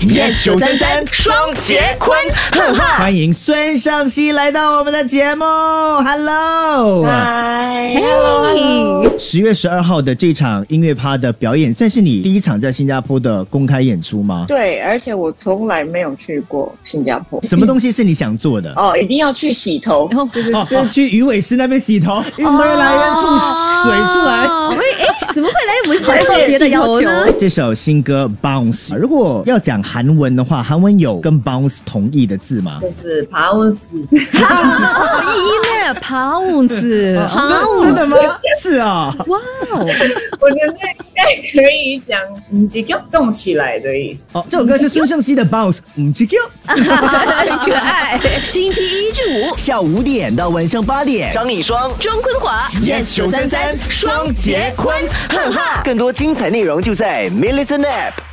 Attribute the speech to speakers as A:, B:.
A: yes 九三三双节棍，哈哈！
B: 欢迎孙尚熙来到我们的节目，Hello。
C: 嗨，Hello，
B: 十月十二号的这场音乐趴的表演，算是你第一场在新加坡的公开演出吗？
C: 对，而且我从来没有去过新加坡。
B: 什么东西是你想做的？
C: 哦，一定要去洗头，就是
B: 哦，哦去鱼尾狮那边洗头，因为来人吐水出来。
D: 哦喂，哎，怎么会来我们想特别的要求呢？
B: 这首新歌《Bounce》，如果要讲韩文的话，韩文有跟 “bounce” 同义的字吗？
C: 就是 bounce，
D: 哦，一呢，爬
C: 呃
D: 舞
B: 哦
D: 子，爬舞
B: 真的吗？是啊，
D: 哇哦，
C: 我觉得应该可以讲“唔急叫动起来”的意思。
B: 哦，这首歌是孙盛熙的《Bounce》，唔急叫，
D: 很 可爱。星期一至五
E: 下午五点到晚上八点，
A: 张 一双
D: 钟坤华
A: ，yes 九三三双节棍，哈哈！
E: 更多精彩内容就在 m i l l i c e n App。